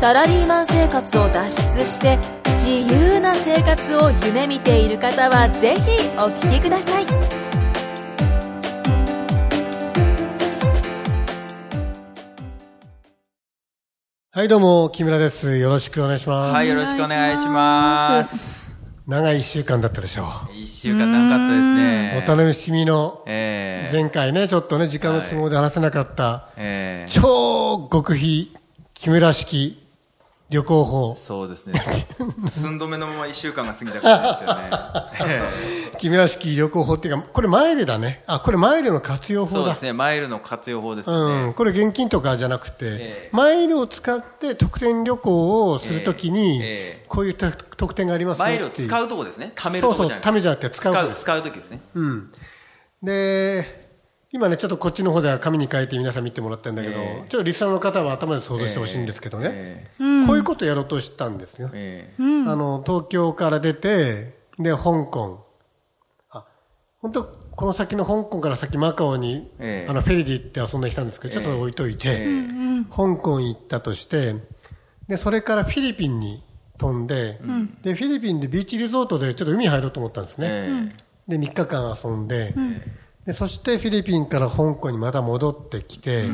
サラリーマン生活を脱出して自由な生活を夢見ている方はぜひお聞きくださいはい、どうも、木村です。よろしくお願いします。はい、よろしくお願いします。長い一週間だったでしょ一週間長かったですう。おね。楽しみの、えー、前回ね、ちょっとね、時間の都合で話せなかった、えー、超極秘、木村式旅行法。そうで すね。寸止めのまま一週間が過ぎた感じですよね。 木村式旅行法っていうか、これマイルだね。あ、これマイルの活用法そうでだ。すね、マイルの活用法ですね。うん、これ現金とかじゃなくて、えマイルを使って特典旅行をするときに、えええこういうと特典がありますマイねルをっていう使うとこですね。貯めるとこじゃそなうそ、いうためじゃなくて使うとこ使でう、す使うときですね。うん、で今ねちょっとこっちの方では紙に書いて皆さん見てもらってるんだけど、ええちょっとリスナーの方は頭で想像してほしいんですけどね、えこういうことやろうとしたんですよ、ーえあの東京から出てで香港あ本当この先の香港から先マカオに、ええあのフェリーで行って遊んできたんですけどちょっと置いといて、香港行ったとしてでそれからフィリピンに飛んで,、でフィリピンでビーチリゾートでちょっと海入ろうと思ったんですーね、えーで3日間遊んで,、でそしてフィリピンから香港にまた戻ってきて、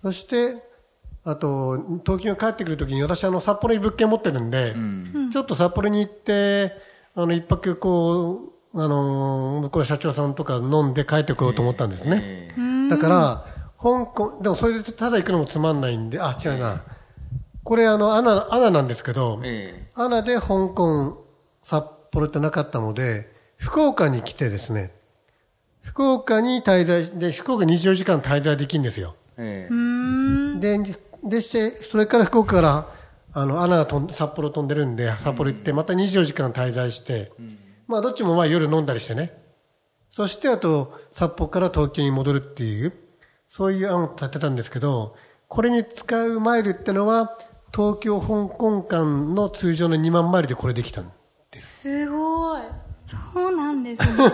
そしてあと東京に帰ってくるときに私あの札幌に物件持ってるんで、ちょっと札幌に行ってあの一泊こう、あのー向こうの社長さんとか飲んで帰ってこようと思ったんですね、えだから香港でもそれでただ行くのもつまんないんであ違うな、これあのアナアナなんですけど、ーえアナで香港、札幌ってなかったので、福岡に来てですね、福岡に滞在で、福岡24時間滞在できるんですよ。ーえーで、でして、それから福岡から、あの、アナが飛んで札幌飛んでるんで、札幌行って、また24時間滞在して、まあ、どっちもまあ夜飲んだりしてね。そして、あと、札幌から東京に戻るっていう、そういう案を立てたんですけど、これに使うマイルってのは、東京、香港間の通常の2万マイルでこれできたんです。すごい。そうなんですね。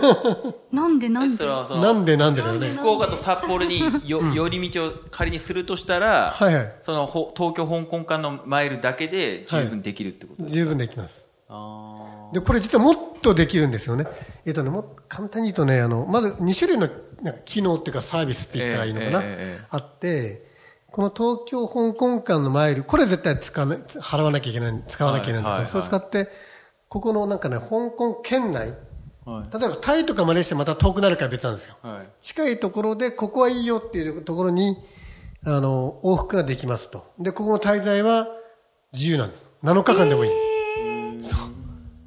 なんでなんそでれ。はそなの、んでなんでだよね。福岡と札幌によ、寄り道を仮にするとしたら、はいはいその、ほ東京、香港間のマイルだけで十分できるってことです。十分できます。あーで、これ実はもっとできるんですよね。えっ、とね、もう簡単に言うとね、あの、まず2種類のなんか機能っていうかサービスって言ったらいいのかな、ええええあって、この東京、香港間のマイル、これ絶対使わない、払わなきゃいけない、使わなきゃいけないんだけど、はいはいはいそれ使って、ここのなんかね、香港県内、は例えばタイとかマレーシアまた遠くなるから別なんですよ。はい近いところで、ここはいいよっていうところに、あの、往復ができますと。で、ここの滞在は自由なんです。7日間でもいい。そう。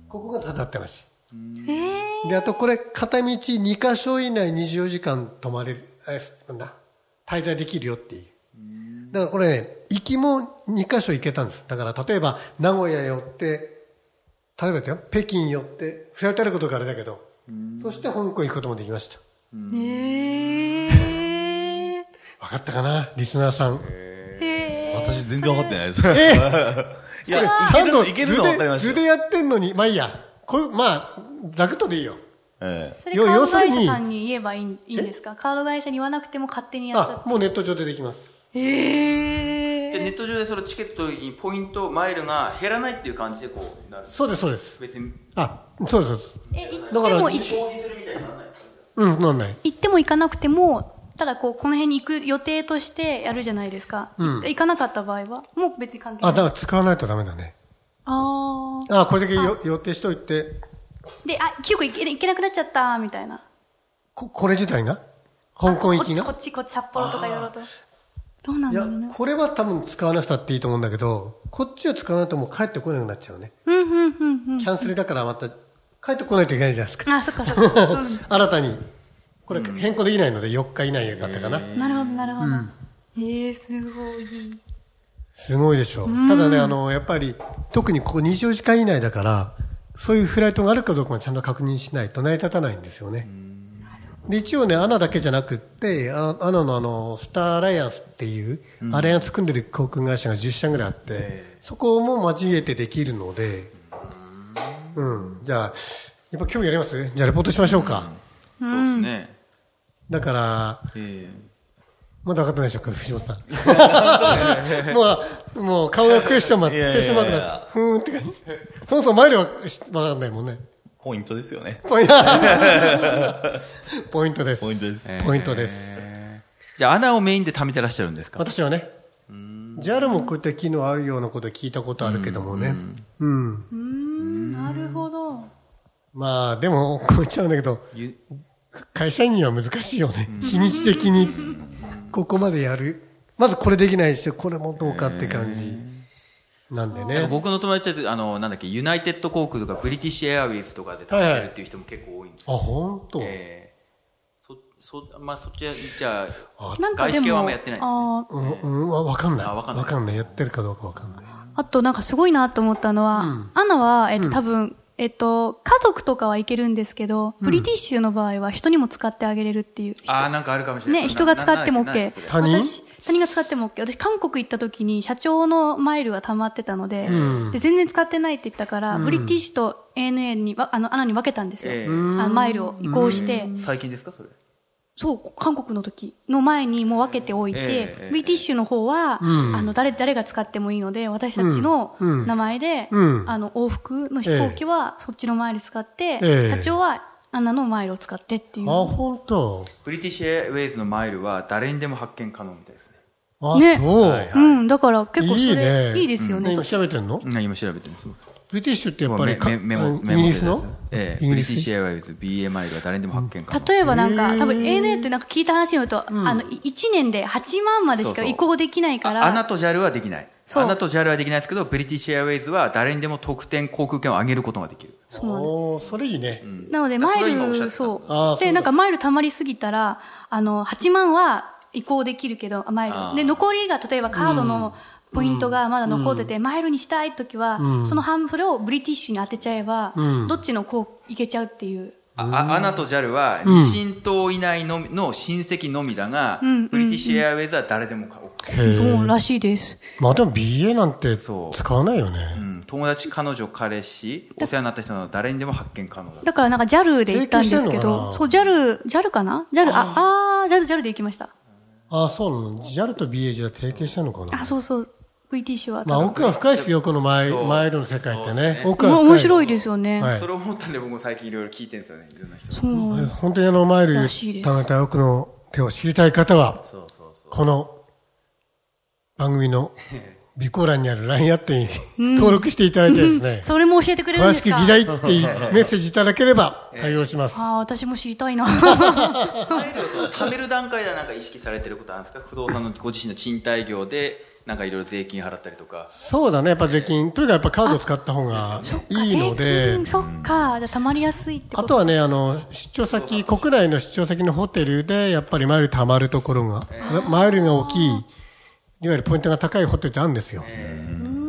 ここがただって話。で、あとこれ、片道2箇所以内24時間泊まれる、え、なんだ、滞在できるよっていう。だからこれね、行きも2箇所行けたんです。だから例えば、名古屋寄って、例えばだよ、北京寄って、ふやたることがあれだけど、そして香港行くこともできました。えー。分かったかなリスナーさん。えー。私全然分かってないです。いこれや、いちけゃんるとの、図いでけるのは分かりまし図たでよ。やってんのに、まあいいや。これ、まあ、ざくっとでいいよ。えそれ要カー要ドする会に社さんに言えばいいんいいんですかカード会社に言わなくても勝手にやっちゃあっ、もうネット上でできます。て。えじゃあー。ネット上でそのチケットの時にポイントマイルが減らないっていう感じでこうなるそうです、そうです。別にあ、そうです、そうです。え、行ってだからもい消費するみたいにならないうん、なんない。行っても行かなくても、ただこう、この辺に行く予定としてやるじゃないですか。うん行かなかった場合は、もう別に関係なあ、い。だから使わないとダメだね。あーあ、これだけよ予定しておいて、で、あ、9個行け行けなくなっちゃった、みたいな。ここれ自体が香港行きこがっちこっちこっち札幌とかいろいろとどうなんいだやろうね、これは多分使わなくたっていいと思うんだけど、こっちは使わないともう帰ってこなくなっちゃうね。うんうんうんキャンセルだからまた帰ってこないといけないじゃないですか。うんあそっかそ っか、う新たに。これ変更できないので4日以内だったかな。ん、なるほどなるほど、えー、すごいすごいでしょう。ただね、あの、やっぱり、特にここ24時間以内だから、そういうフライトがあるかどうかもちゃんと確認しないと成り立たないんですよね。で一応ね、アナだけじゃなくって、あアナのあの、スターアライアンスっていう、アライアンス組んでる航空会社が10社ぐらいあって、そこも交えてできるので、うん。じゃあ、やっぱ興味ありますじゃあレポートしましょうか。そうですね。だから、えまだ分かってないでしょうか、藤本さん。 もう、もう顔がクエスチョンマーク、いクやいエやスチいョやンマークだった。ふーんって感じ。そもそも前では分かんないもんね。ポイントですよね。ポイント ポイントです。ポイントですポイントです。ーじゃあ、穴をメインで貯めてらっしゃるんですか私はね、JAL もこういった機能あるようなこと聞いたことあるけどもね。うん。なるほど。まあ、でも、こう言っちゃうんだけど、ゆ会社員には難しいよね。日にち的に、ここまでやる。まずこれできないし、これもどうかって感じ。なんでね。僕の友達ってあの、なんだっけ、ユナイテッド航空とかブリティッシュエアウェイズとかで貯めてるっていう人も結構多いんですよ。あ、本当。えーそ、そ、まあ、そっちは、じゃあ、なんか外で資系はあんも、まやってないですね。あーうん、うん、わわかんない。あわわかかんな。んないいやってるかどうかわかんない。あとなんかすごいなと思ったのは、アナは、えっと、多分、えっと、家族とかは行けるんですけど、ブリティッシュの場合は人にも使ってあげれるっていう。ああ、なんかあるかもしれない。ね、人が使ってもなななんだっけ。OK それ他人私他人が使っても OK。私、韓国行った時に社長のマイルが溜まってたので、うんで全然使ってないって言ったから、ブリティッシュと ANA にわ、あの、アナに分けたんですよ。ええあのマイルを移行して、最近ですか、それ。そう、韓国の時の前にもう分けておいて、ええええブリティッシュの方は、うんあの、誰、誰が使ってもいいので、私たちのうんうん名前で、うんあの、往復の飛行機はそっちのマイル使って、ええ社長はアナのマイルを使ってっていう。あ、本当。ブリティッシュエアウェイズのマイルは誰にでも発見可能みたいですね。あ、ねそう。うん、だから結構それ、いいね。いいですよね。うん今調べてんの？今調べてるんです。ブリティッシュってやっぱりかメメあモ、のメイギモでリすスの？ええイギブリリティッスシ。ュエアウェイズ BA マイルは誰でも発見可能。例えばなんへか、ー多分 ANA ってなんか聞いた話によると、あの、1年で8万までしかそうそう移行できないから、あアナと JAL はできない。そうアナと JAL はできないですけど、ブリティッシュエアウェイズは誰にでも特典航空券を上げることができる。そうなんですおお、それいいね。なので、だかマらイそれを今おっしゃってル、たそあーそう。うだで、なんかマイル溜まりすぎたら、あの、8万は移行できるけど、あマイあル。ーで、残りが、例えばカードのポイントがまだ残ってて、マイルにしたいときは、その半分、それをブリティッシュに当てちゃえば、うんどっちのこう、いけちゃうっていう。ああアナと JAL は、二親等以内のみの親戚のみだが、うんブリティッシュエアウェイズは誰でも買おう。へーそうらしいです。まあでも BA なんてそう使わないようね。ん、友達、彼女、彼氏、お世話になった人など誰にでも発見可能だ。だからなんか JAL で行ったんですけ提携してんのかなど、そう、JAL、JAL かな ?JAL、あ、あー、JAL、JAL で行きました。あ、そうなの。JAL と BA じゃ提携してんのかなあ、。そうそう。ブリティッシュは。まあ奥が深いですよこのマイそうマイルの世界ってそうですねね。奥がまあ深い。面白いですよね。はいそれを思ったんで僕も最近いろいろ聞いてるんですよね、いろんな人に。そう。本当にあのマイルらしいです貯めた奥の手を知りたい方は、そうそうそう。この番組の備考欄にある LINE アット に登録していただいてですね、それも教えてくれるん詳でしすくか議題ってメッセージいただければ対応します。ああ、私も知りた いな。マイルをその貯める段階ではなんか意識されてることあるんですか不動産のご自身の賃貸業で、なんかいろいろ税金払ったりとか。そうだね、やっぱ税金。とにかくやっぱカード使った方がいいの税で金、そっか、じゃあ溜まりやすいってこあと。とはね、あの、出張先、国内の出張先のホテルで、やっぱりマイル貯まるところが、マイルが大きい、いわゆるポイントが高いホテルってあるんですよ。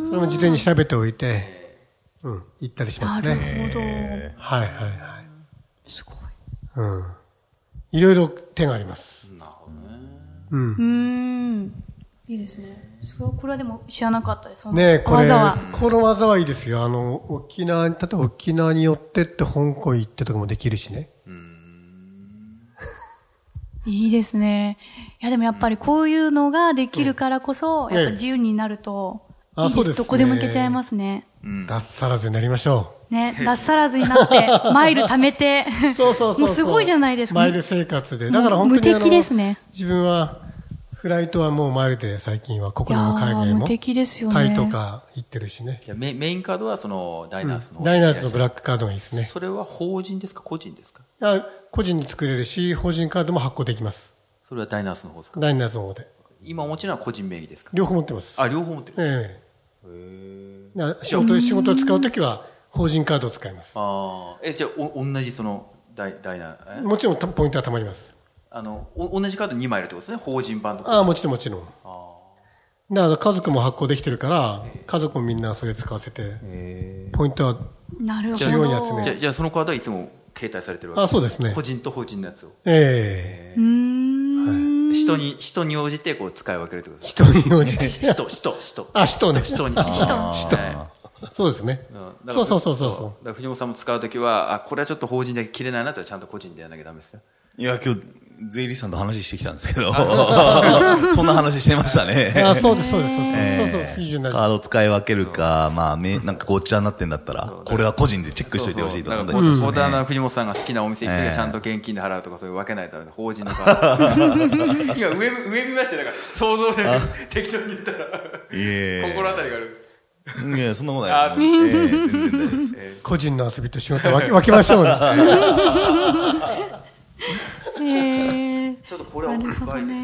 それも事前に調べておいて、うん、行ったりしますなね。るほど。はいはいはい。すごい。うん。いろいろ手があります。なるほどね。うーん。いいですね。それこれはでも知らなかったです。そのねえ、これ技は。、この技はいいですよ。あの、沖縄に、例えば沖縄に寄ってって香港行ってとかもできるしね。いいですね。いやでもやっぱりこういうのができるからこそ、うんやっぱ自由になると、ええいいあそうですねどこでも行けちゃいますね。脱サラずになりましょね、脱サラずに なって、マイル貯めて。う。そうそうそうそう。もうすごいじゃないですか。マイル生活で。だから本当にあの。無敵ですね自分は、フライトはもうマイルで最近は国内も海いや外ーも。無敵ですよねタイとか行ってるしね。じゃあメメインカードはそのダイナースの、ダイナーズのブラックカードがいいですね。それは法人ですか個人ですかいや個人で作れるし、法人カードも発行できます。それはダイナースの方ですかダイナーズの方で。今お持ちのは個人名義ですか両方持ってます。あ両方持ってるええだから仕事、仕事を使うときは、法人カードを使います。ああえじゃあお同じそのダイダイナーえもちろんたポイントは貯まります。あのお同じカード2枚いるってことですね法人版とかああ、もちろんもちろん。だから家族も発行できてるから、家族もみんなそれ使わせて、ポイントはなるほど。中央に集めじゃるあじゃあそのカードはいつも携帯されてるわけあそうですね個人と法人のやつをえうーん。人に人に応じてこう使い分けるってことですえ人に応じてね 人人人あ人ね人に人人そうですねだかそらうそうそうそうそうだから藤本さんも使うときは、あ、これはちょっと法人で切れないなと、ちゃんと個人でやらなきゃダメですよ。いや、今日、税理士さんと話してきたんですけど、そんな話してましたね。あそうですそうですそうえそうそーうそう水準なカード使い分けるか、まあ、めなんかごっちゃになってんだったら、これは個人でチェックしといてほしいと思だうんかだらけこどう、相談の藤本さんが好きなお店行って、ええちゃんと現金で払うとか、そういう分けないための法人のカード今上、上見ましたよだから、想像で適当に言ったら、いえいえ心当たりがあるんです。いや、そんなことないです。ええ全然大丈夫です個人の遊びと仕事を分け分けましょうねへーちょっとこれは深いです。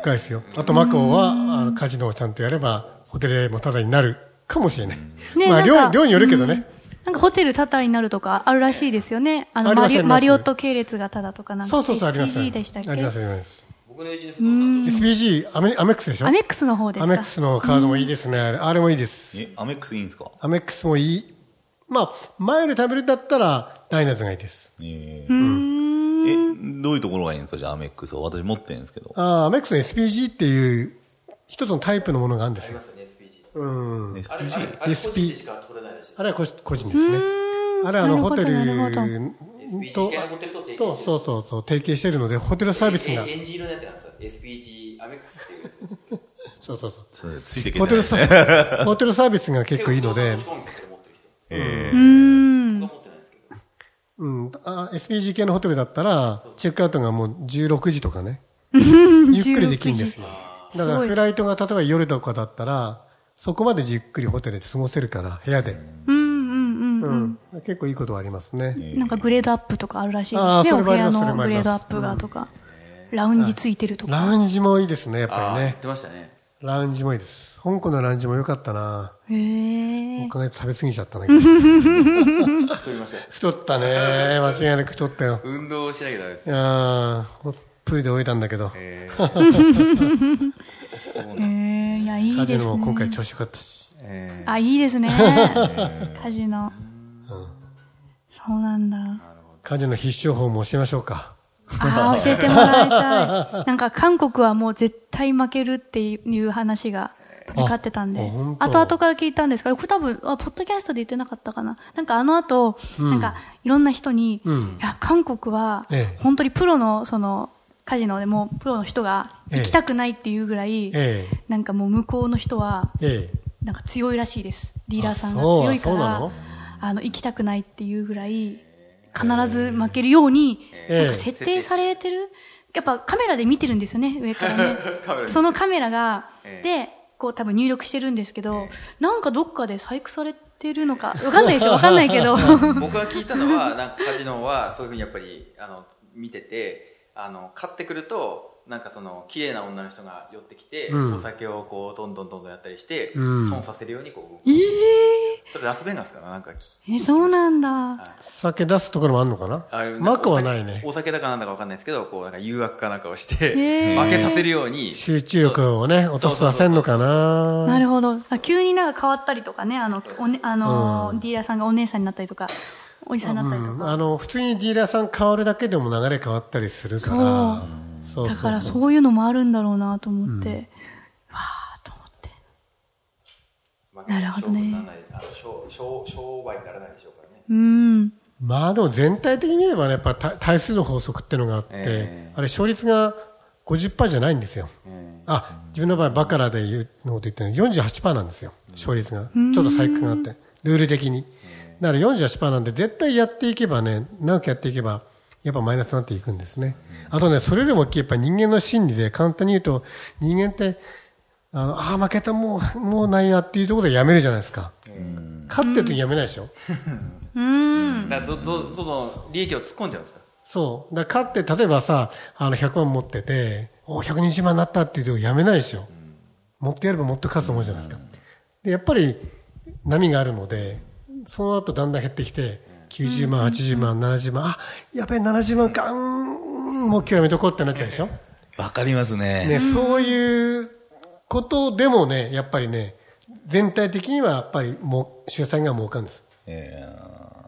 深いですよあとマカオはあのカジノをちゃんとやればホテル代もタダになるかもしれないねまあなん量か量によるけどねなんかホテルタダになるとかあるらしいですよね。ああのりマますリありオますマリオット系列がタダとかなんか。そうそうそうあります SPG でしたっけありますあります僕の友人の不動 SPG アメアメックスでしょアメックスの方ですアか。メックスのカードもいいですね、あれあれもいいですえ、アメックスいいんですかアメックスもいいまあ前より食べるんだったらダイナーズがいいですえうえーん。え、どういうところがいいんですかじゃあ、アメックスを。私持ってるんですけど。あーアメックスの SPG っていう一つのタイプのものがあるんですよ産ですよね SPG うん SPG? あれ個人でしか取れないらしいですあれは個人個人ですねあれはあのなるほホどテルなるほと SPG 系のホテルと提携してるとそうそうそう提携してるのでホテルサービスがえええんじ色のやつなんですよ SPG アメックスっていうそうそうそうつついていけてホテないでルす サね。ーホテルサービスが結構いいので結、構持ち込むんですよ持ってる人えうえーん。僕は持ってないですけどうん、あ SPG 系のホテルだったらチェックアウトがもう16時とか ねゆっくりできるんですよ。だからすごいフライトが例えば夜とかだったら、そこまでじっくりホテルで過ごせるから、部屋で。うんうんうんうん。結構いいことはありますね。なんかグレードアップとかあるらしいですあーね。そおれもあ部り屋ますのそれもあグりレーますドアップがとか、ラウンジついてるとか。ラウンジもいいですね、やっあぱあり言っね。てましたねラウンジもいいです。香港のラウンジも良かったな。へえお。かげで食べ過ぎちゃったんだけど。太りました太ったね。間違いなく太ったよ。運動しなきゃダメですいやー、ほっぷりで泳いだんだけど。えへえ。いや、いいカですジノも今ね。回調子良かったし。えあ、いいですね。 カジノ。そうなんだ。カジノ必勝法も教えましょうか。ああ、教えてもらいたい。 なんか韓国はもう絶対負けるっていう話が飛び交ってたんああで本。当あと後から聞いたんですけど、これ多分、あ、ポッドキャストで言ってなかったかな。なんかあの後、なんかいろんな人に、んいや、韓国はええ本当にプロの、その、カジノでもうプロの人が行きたくないっていうぐらい、ええなんかもう向こうの人はええ。なんか強いらしいです。ディーラーさんがあそう強いかそうならの、あの、行きたくないっていうぐらい、必ず負けるように、えなんか設定されてる。やっぱカメラで見てるんですよね、上か らね。カメラでそのカメラが、えで、こう多分入力してるんですけど、なんかどっかで細工されてるのか、わかんないですよ、わかんないけ ど。僕が聞いたのはなんかカジノはそういうふうにやっぱりあの見ててあの買ってくるとなんかその綺麗な女の人が寄ってきて、うんお酒をこうどんどんどんどんやったりして、うん損させるようにこう、えそれラスベガスかななんかきえそうなんだ。酒出すところもあるのかあれななんかマコはないね。お酒だかなんだかわかんないですけど、こう、なんか誘惑かなんかをして、へー負けさせるように、集中力をね、落とさせんのかななるほど。あ急になんか変わったりとかね、あの、おね、あの、ディーラーさんがお姉さんになったりとか、おじさんになったりとうんか。あの普通にディーラーさん変わるだけでも流れ変わったりするからそうだからそうそういうのもあるんだろうなと思って、わあと思って負なるほどねならない、あの、商商商売にならないでしょうからね。うんまあでも全体的に見ればねやっぱた対数の法則っていうのがあって、えあれ勝率が50%じゃないんですよ、あ自分の場合バカラで言うのこと言ってるの48%なんですよ勝率が、ちょっと細工があってルール的に、だから48%なんで絶対やっていけばね長くやっていけばやっぱマイナスになっていくんですね、あとねそれよりも大きいやっぱ人間の心理で簡単に言うと人間ってあのあー負けたもうもうないやっていうところでやめるじゃないですか、勝ってるとやめないでしょ、うんだからずっと、その、利益を突っ込んじゃうんですか。そう。だから勝って、例えばさ、あの、100万持ってて、お、120万になったっていうとやめないでしょ。持ってやればもっと勝つと思うじゃないですか。で、やっぱり波があるので、その後だんだん減ってきて、90万、80万、70万、あ、やべえ、70万か、うーん、もう今日やめとこうってなっちゃうでしょ。わかりますね。ね、そういうことでもね、やっぱりね、全体的にはやっぱりもう、主催が儲かるんです。え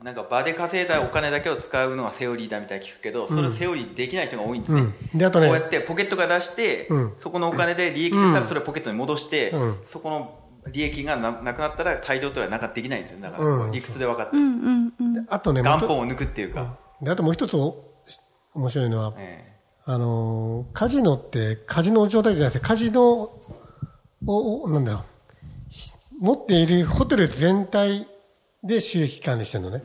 なんか場で稼いだお金だけを使うのはセオリーだみたいに聞くけど、それをセオリーできない人が多いんですね。うんであとねこうやってポケットから出して、うんそこのお金で利益出たらそれをポケットに戻して、うんそこの利益がななくなったら退場とはなんかできないんですよ。なんかうん理屈で分かって、うんうんうん。あとね、元もう本を抜くっていうか。とであともう一つお面白いのは、えあのーカジノってカジノ状態じゃなくてカジノをおなんだろう持っているホテル全体で収益管理してるのね、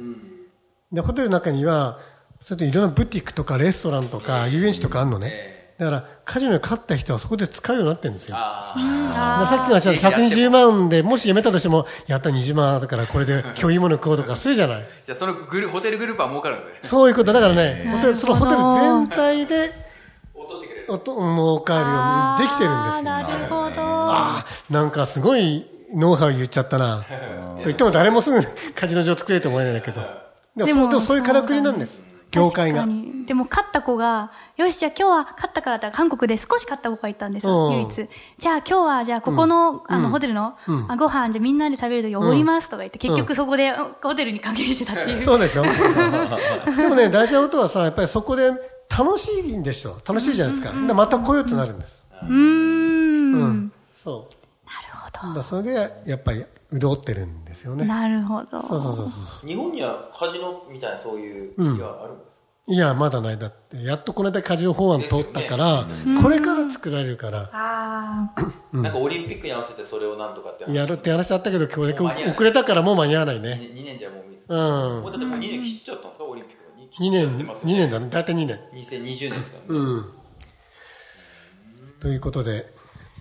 でホテルの中にはそれといろんなブティックとかレストランとか遊園地とかあるのね、えだからカジノに勝った人はそこで使うようになってるんですよあまあ、さっきの話だと120万でもしやめたとしてもやった20万だからこれで今日いいもの食おうとかするじゃない ーじゃあそのグルホテルグループは儲かるんだよね。そういうことだからね、ホテルそのホテル全体で落としてくれる。おと儲かるようにできてるんですよ。あーなるほど。あーなんかすごいノウハウ言っちゃったな。と言っても誰もすぐ カジノ場作れると思えないんだけど。でもそでもうでもそういうからくりなんです。業界が。確かにでも勝った子が、よし、じゃあ今日は勝ったからだ韓国で少し勝った子がいたんですよ、うん唯一。じゃあ今日は、じゃあここの、あの、ホテルの、あご飯、じゃあみんなで食べるときおごりますとか言って、結局そこでうんホテルに関係してたっていう。そうでしょ でもね、大事なことはさ、やっぱりそこで楽しいんでしょ。楽しいじゃないですか。でまた来ようとなるんです。うーん。うなるん。そう。ほだど。からそれでやっぱり潤ってるんですよね。なるほど。そうそうそうそう。日本にはカジノみたいなそういううん気はあるんですか、いや、まだない。だって、やっとこの間過剰法案通ったから、これから作られるから、ああ。なんかオリンピックに合わせてそれをなんとかって話やるって話あったけど、今日もう間に合わない遅れたからもう間に合わないね。 2, 年じゃもう無理ですうか、んもう。だってもう2年切っちゃったんですかオリンピックに2年、2年だねね。だいたい2年。 2020年ですからうね、ん。ということで、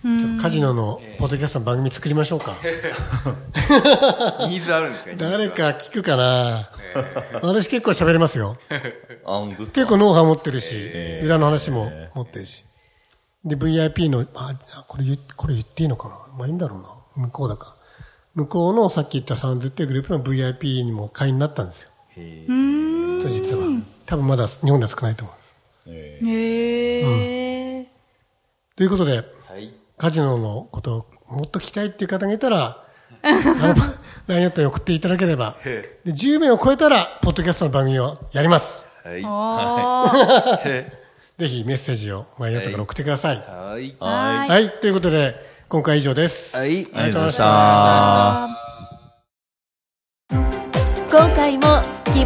ちょっとカジノのポッドキャストの番組作りましょうか。ニーズあるんですか誰、か聞くかなニーズは私結構喋れますよ。ー、あ本当ですか結構ノウハウ持ってるし、えー裏の話も持ってるし。で、VIP の、あ、あこれ言、これ言っていいのかなまあいいんだろうな。向こうだから。向こうのさっき言ったサウンズっていうグループの VIP にも会員になったんですよ。そう実は。多分まだ日本では少ないと思います。えへえ。ということで、はいカジノのことをもっと聞きたいっていう方がいた ら、あの LINE アットに送っていただければ、へで10名を超えたら、ポッドキャストの番組をやります。はいおはー。ぜひメッセージを LINE アットから送ってください。はい哎ーはーいははいい、。ということで、今回以上です。はいありがとうございましあた。今回も木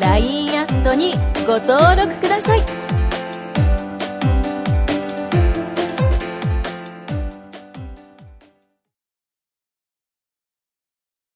LINE アットにご登録ください